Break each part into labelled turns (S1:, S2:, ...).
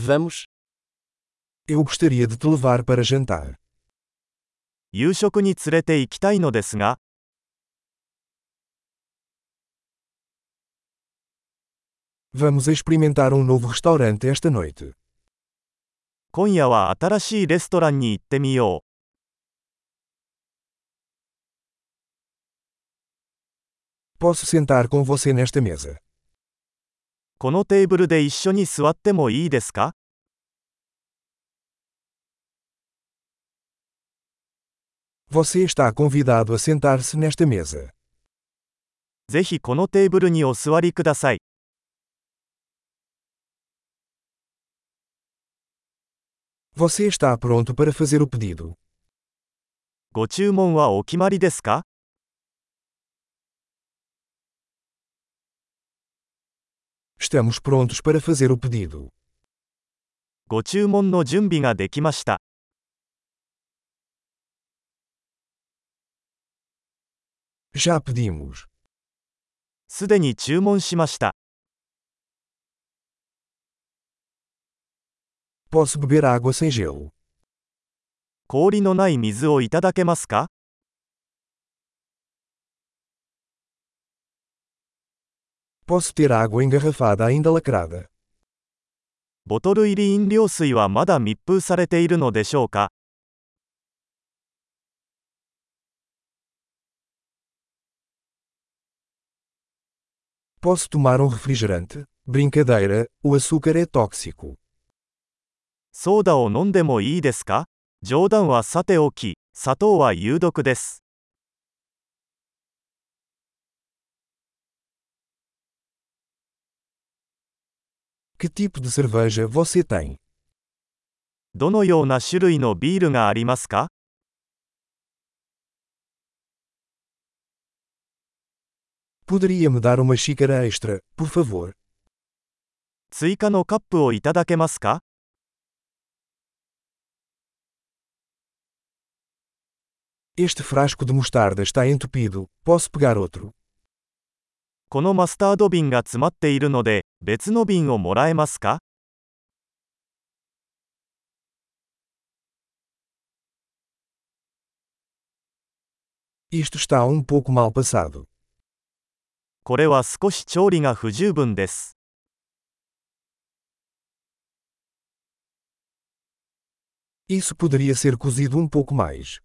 S1: Vamos.
S2: Eu gostaria de te levar para jantar.
S3: 夕食に連れて行きたいのですが、
S2: Vamos experimentar um novo restaurante esta noite.
S3: 今夜は新しいレストランに行ってみよ
S2: Posso sentar com você nesta mesa.
S3: う。このテーブルで一緒に座ってもいいですか
S2: Você está convidado a sentar-se nesta mesa.
S3: ぜひこのテーブルにお座りください。
S2: Você está pronto para fazer o pedido.
S3: ご注文はお決まりですか
S2: Estamos prontos para fazer o pedido.
S3: ご注文の準備ができました。
S2: Já pedimos.
S3: すでに注文しました。
S2: Posso beber água sem gelo.
S3: 氷のない水をいただけますか
S2: Posso ter água engarrafada ainda lacrada.
S3: ボトル入り飲料水はまだ密封されているのでしょうか
S2: Posso tomar um refrigerante? Brincadeira, o açúcar é tóxico.
S3: ソーダを飲んでもいいですか冗談はさておき、砂糖は有毒です。
S2: Que tipo de cerveja você tem?
S3: どのような種類のビールがありますか
S2: Poderia me dar uma xícara extra, por favor?
S3: 追加のカップをいただけますか
S2: Este frasco de mostarda está entupido, posso pegar outro?
S3: このマスタード瓶が詰まっているので、別の瓶をもらえますか
S2: Isto está um pouco mal passado.
S3: これは少し調理が不十分です。
S2: Isso poderia ser cozido um pouco mais.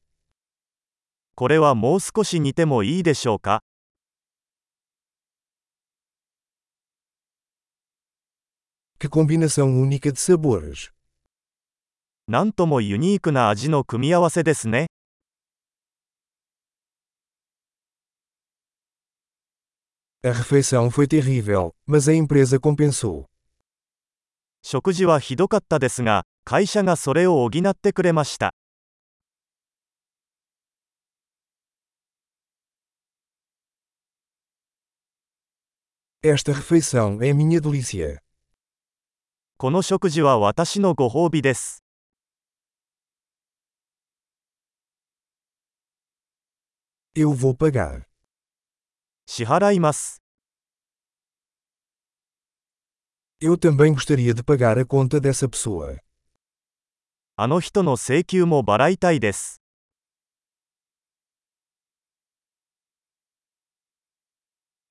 S3: これはもう少し煮てもいいでしょうか
S2: Que combinação única de sabores!
S3: なんともユニークな味の組み合わせですね。
S2: A refeição foi terrível, mas a empresa compensou.
S3: 食事はひどかったですが、会社がそれを補ってくれました。
S2: Esta refeição é minha delícia.
S3: この食事は私のご褒美です。
S2: Eu vou pagar.
S3: 支払います。
S2: Eu também gostaria de pagar a conta dessa pessoa.
S3: あの人の請求も払いたいです。